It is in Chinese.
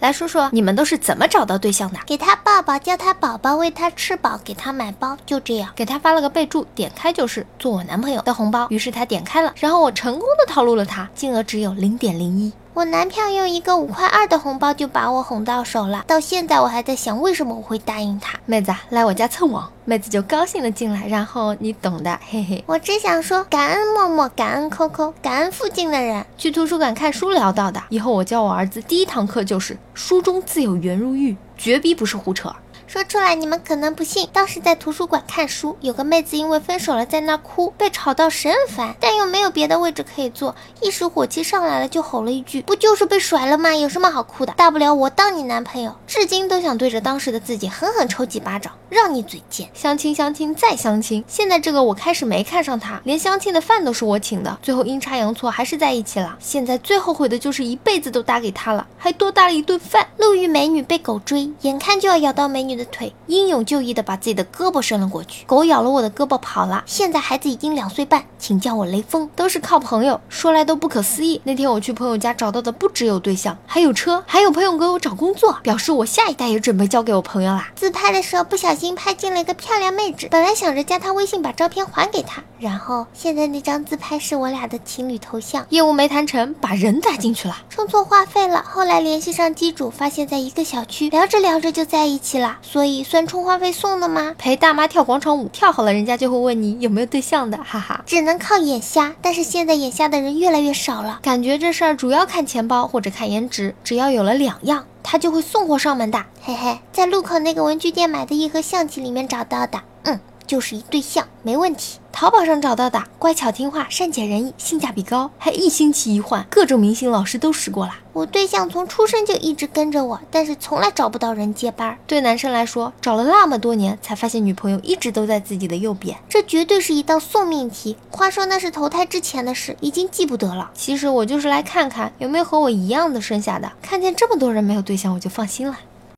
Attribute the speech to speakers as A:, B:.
A: 来说说你们都是怎么找到对象的？
B: 给他抱抱，叫他宝宝，喂他吃饱，给他买包，就这样。
A: 给他发了个备注，点开就是“做我男朋友”的红包。于是他点开了，然后我成功的套路了他，金额只有零点零一。
B: 我男票用一个五块二的红包就把我哄到手了，到现在我还在想为什么我会答应他。
A: 妹子啊，来我家蹭网，妹子就高兴的进来，然后你懂的，嘿嘿。
B: 我只想说，感恩默默，感恩扣扣，感恩附近的人。
A: 去图书馆看书聊到的，以后我教我儿子第一堂课就是“书中自有颜如玉”，绝逼不是胡扯。
B: 说出来你们可能不信，当时在图书馆看书，有个妹子因为分手了在那哭，被吵到神烦，但又没有别的位置可以坐，一时火气上来了就吼了一句：“不就是被甩了吗？有什么好哭的？大不了我当你男朋友。”至今都想对着当时的自己狠狠抽几巴掌，让你嘴贱。
A: 相亲，相亲，再相亲。现在这个我开始没看上他，连相亲的饭都是我请的，最后阴差阳错还是在一起了。现在最后悔的就是一辈子都搭给他了，还多搭了一顿饭。
B: 路遇美女被狗追，眼看就要咬到美女的腿，英勇就义的把自己的胳膊伸了过去，狗咬了我的胳膊跑了。现在孩子已经两岁半，请叫我雷锋。
A: 都是靠朋友，说来都不可思议。那天我去朋友家找到的不只有对象，还有车，还有朋友给我找工作，表示我下一代也准备交给我朋友啦。
B: 自拍的时候不小心拍进了一个漂亮妹纸，本来想着加她微信把照片还给她，然后现在那张自拍是我俩的情侣头像。
A: 业务没谈成，把人带进去了。
B: 充错话费了，后来联系上机主，发现在一个小区，聊着聊着就在一起了，所以算充话费送的吗？
A: 陪大妈跳广场舞，跳好了人家就会问你有没有对象的，哈哈。
B: 只能靠眼瞎，但是现在眼瞎的人越来越少了。
A: 感觉这事儿主要看钱包或者看颜值，只要有了两样，他就会送货上门的。
B: 嘿嘿，在路口那个文具店买的一盒象棋里面找到的，嗯，就是一对象，没问题。
A: 淘宝上找到的，乖巧听话，善解人意，性价比高，还一星期一换，各种明星老师都试过啦。
B: 我对象从出生就一直跟着我，但是从来找不到人接班儿。
A: 对男生来说，找了那么多年，才发现女朋友一直都在自己的右边，
B: 这绝对是一道送命题。话说那是投胎之前的事，已经记不得了。
A: 其实我就是来看看有没有和我一样的生下的。看见这么多人没有对象，我就放心了。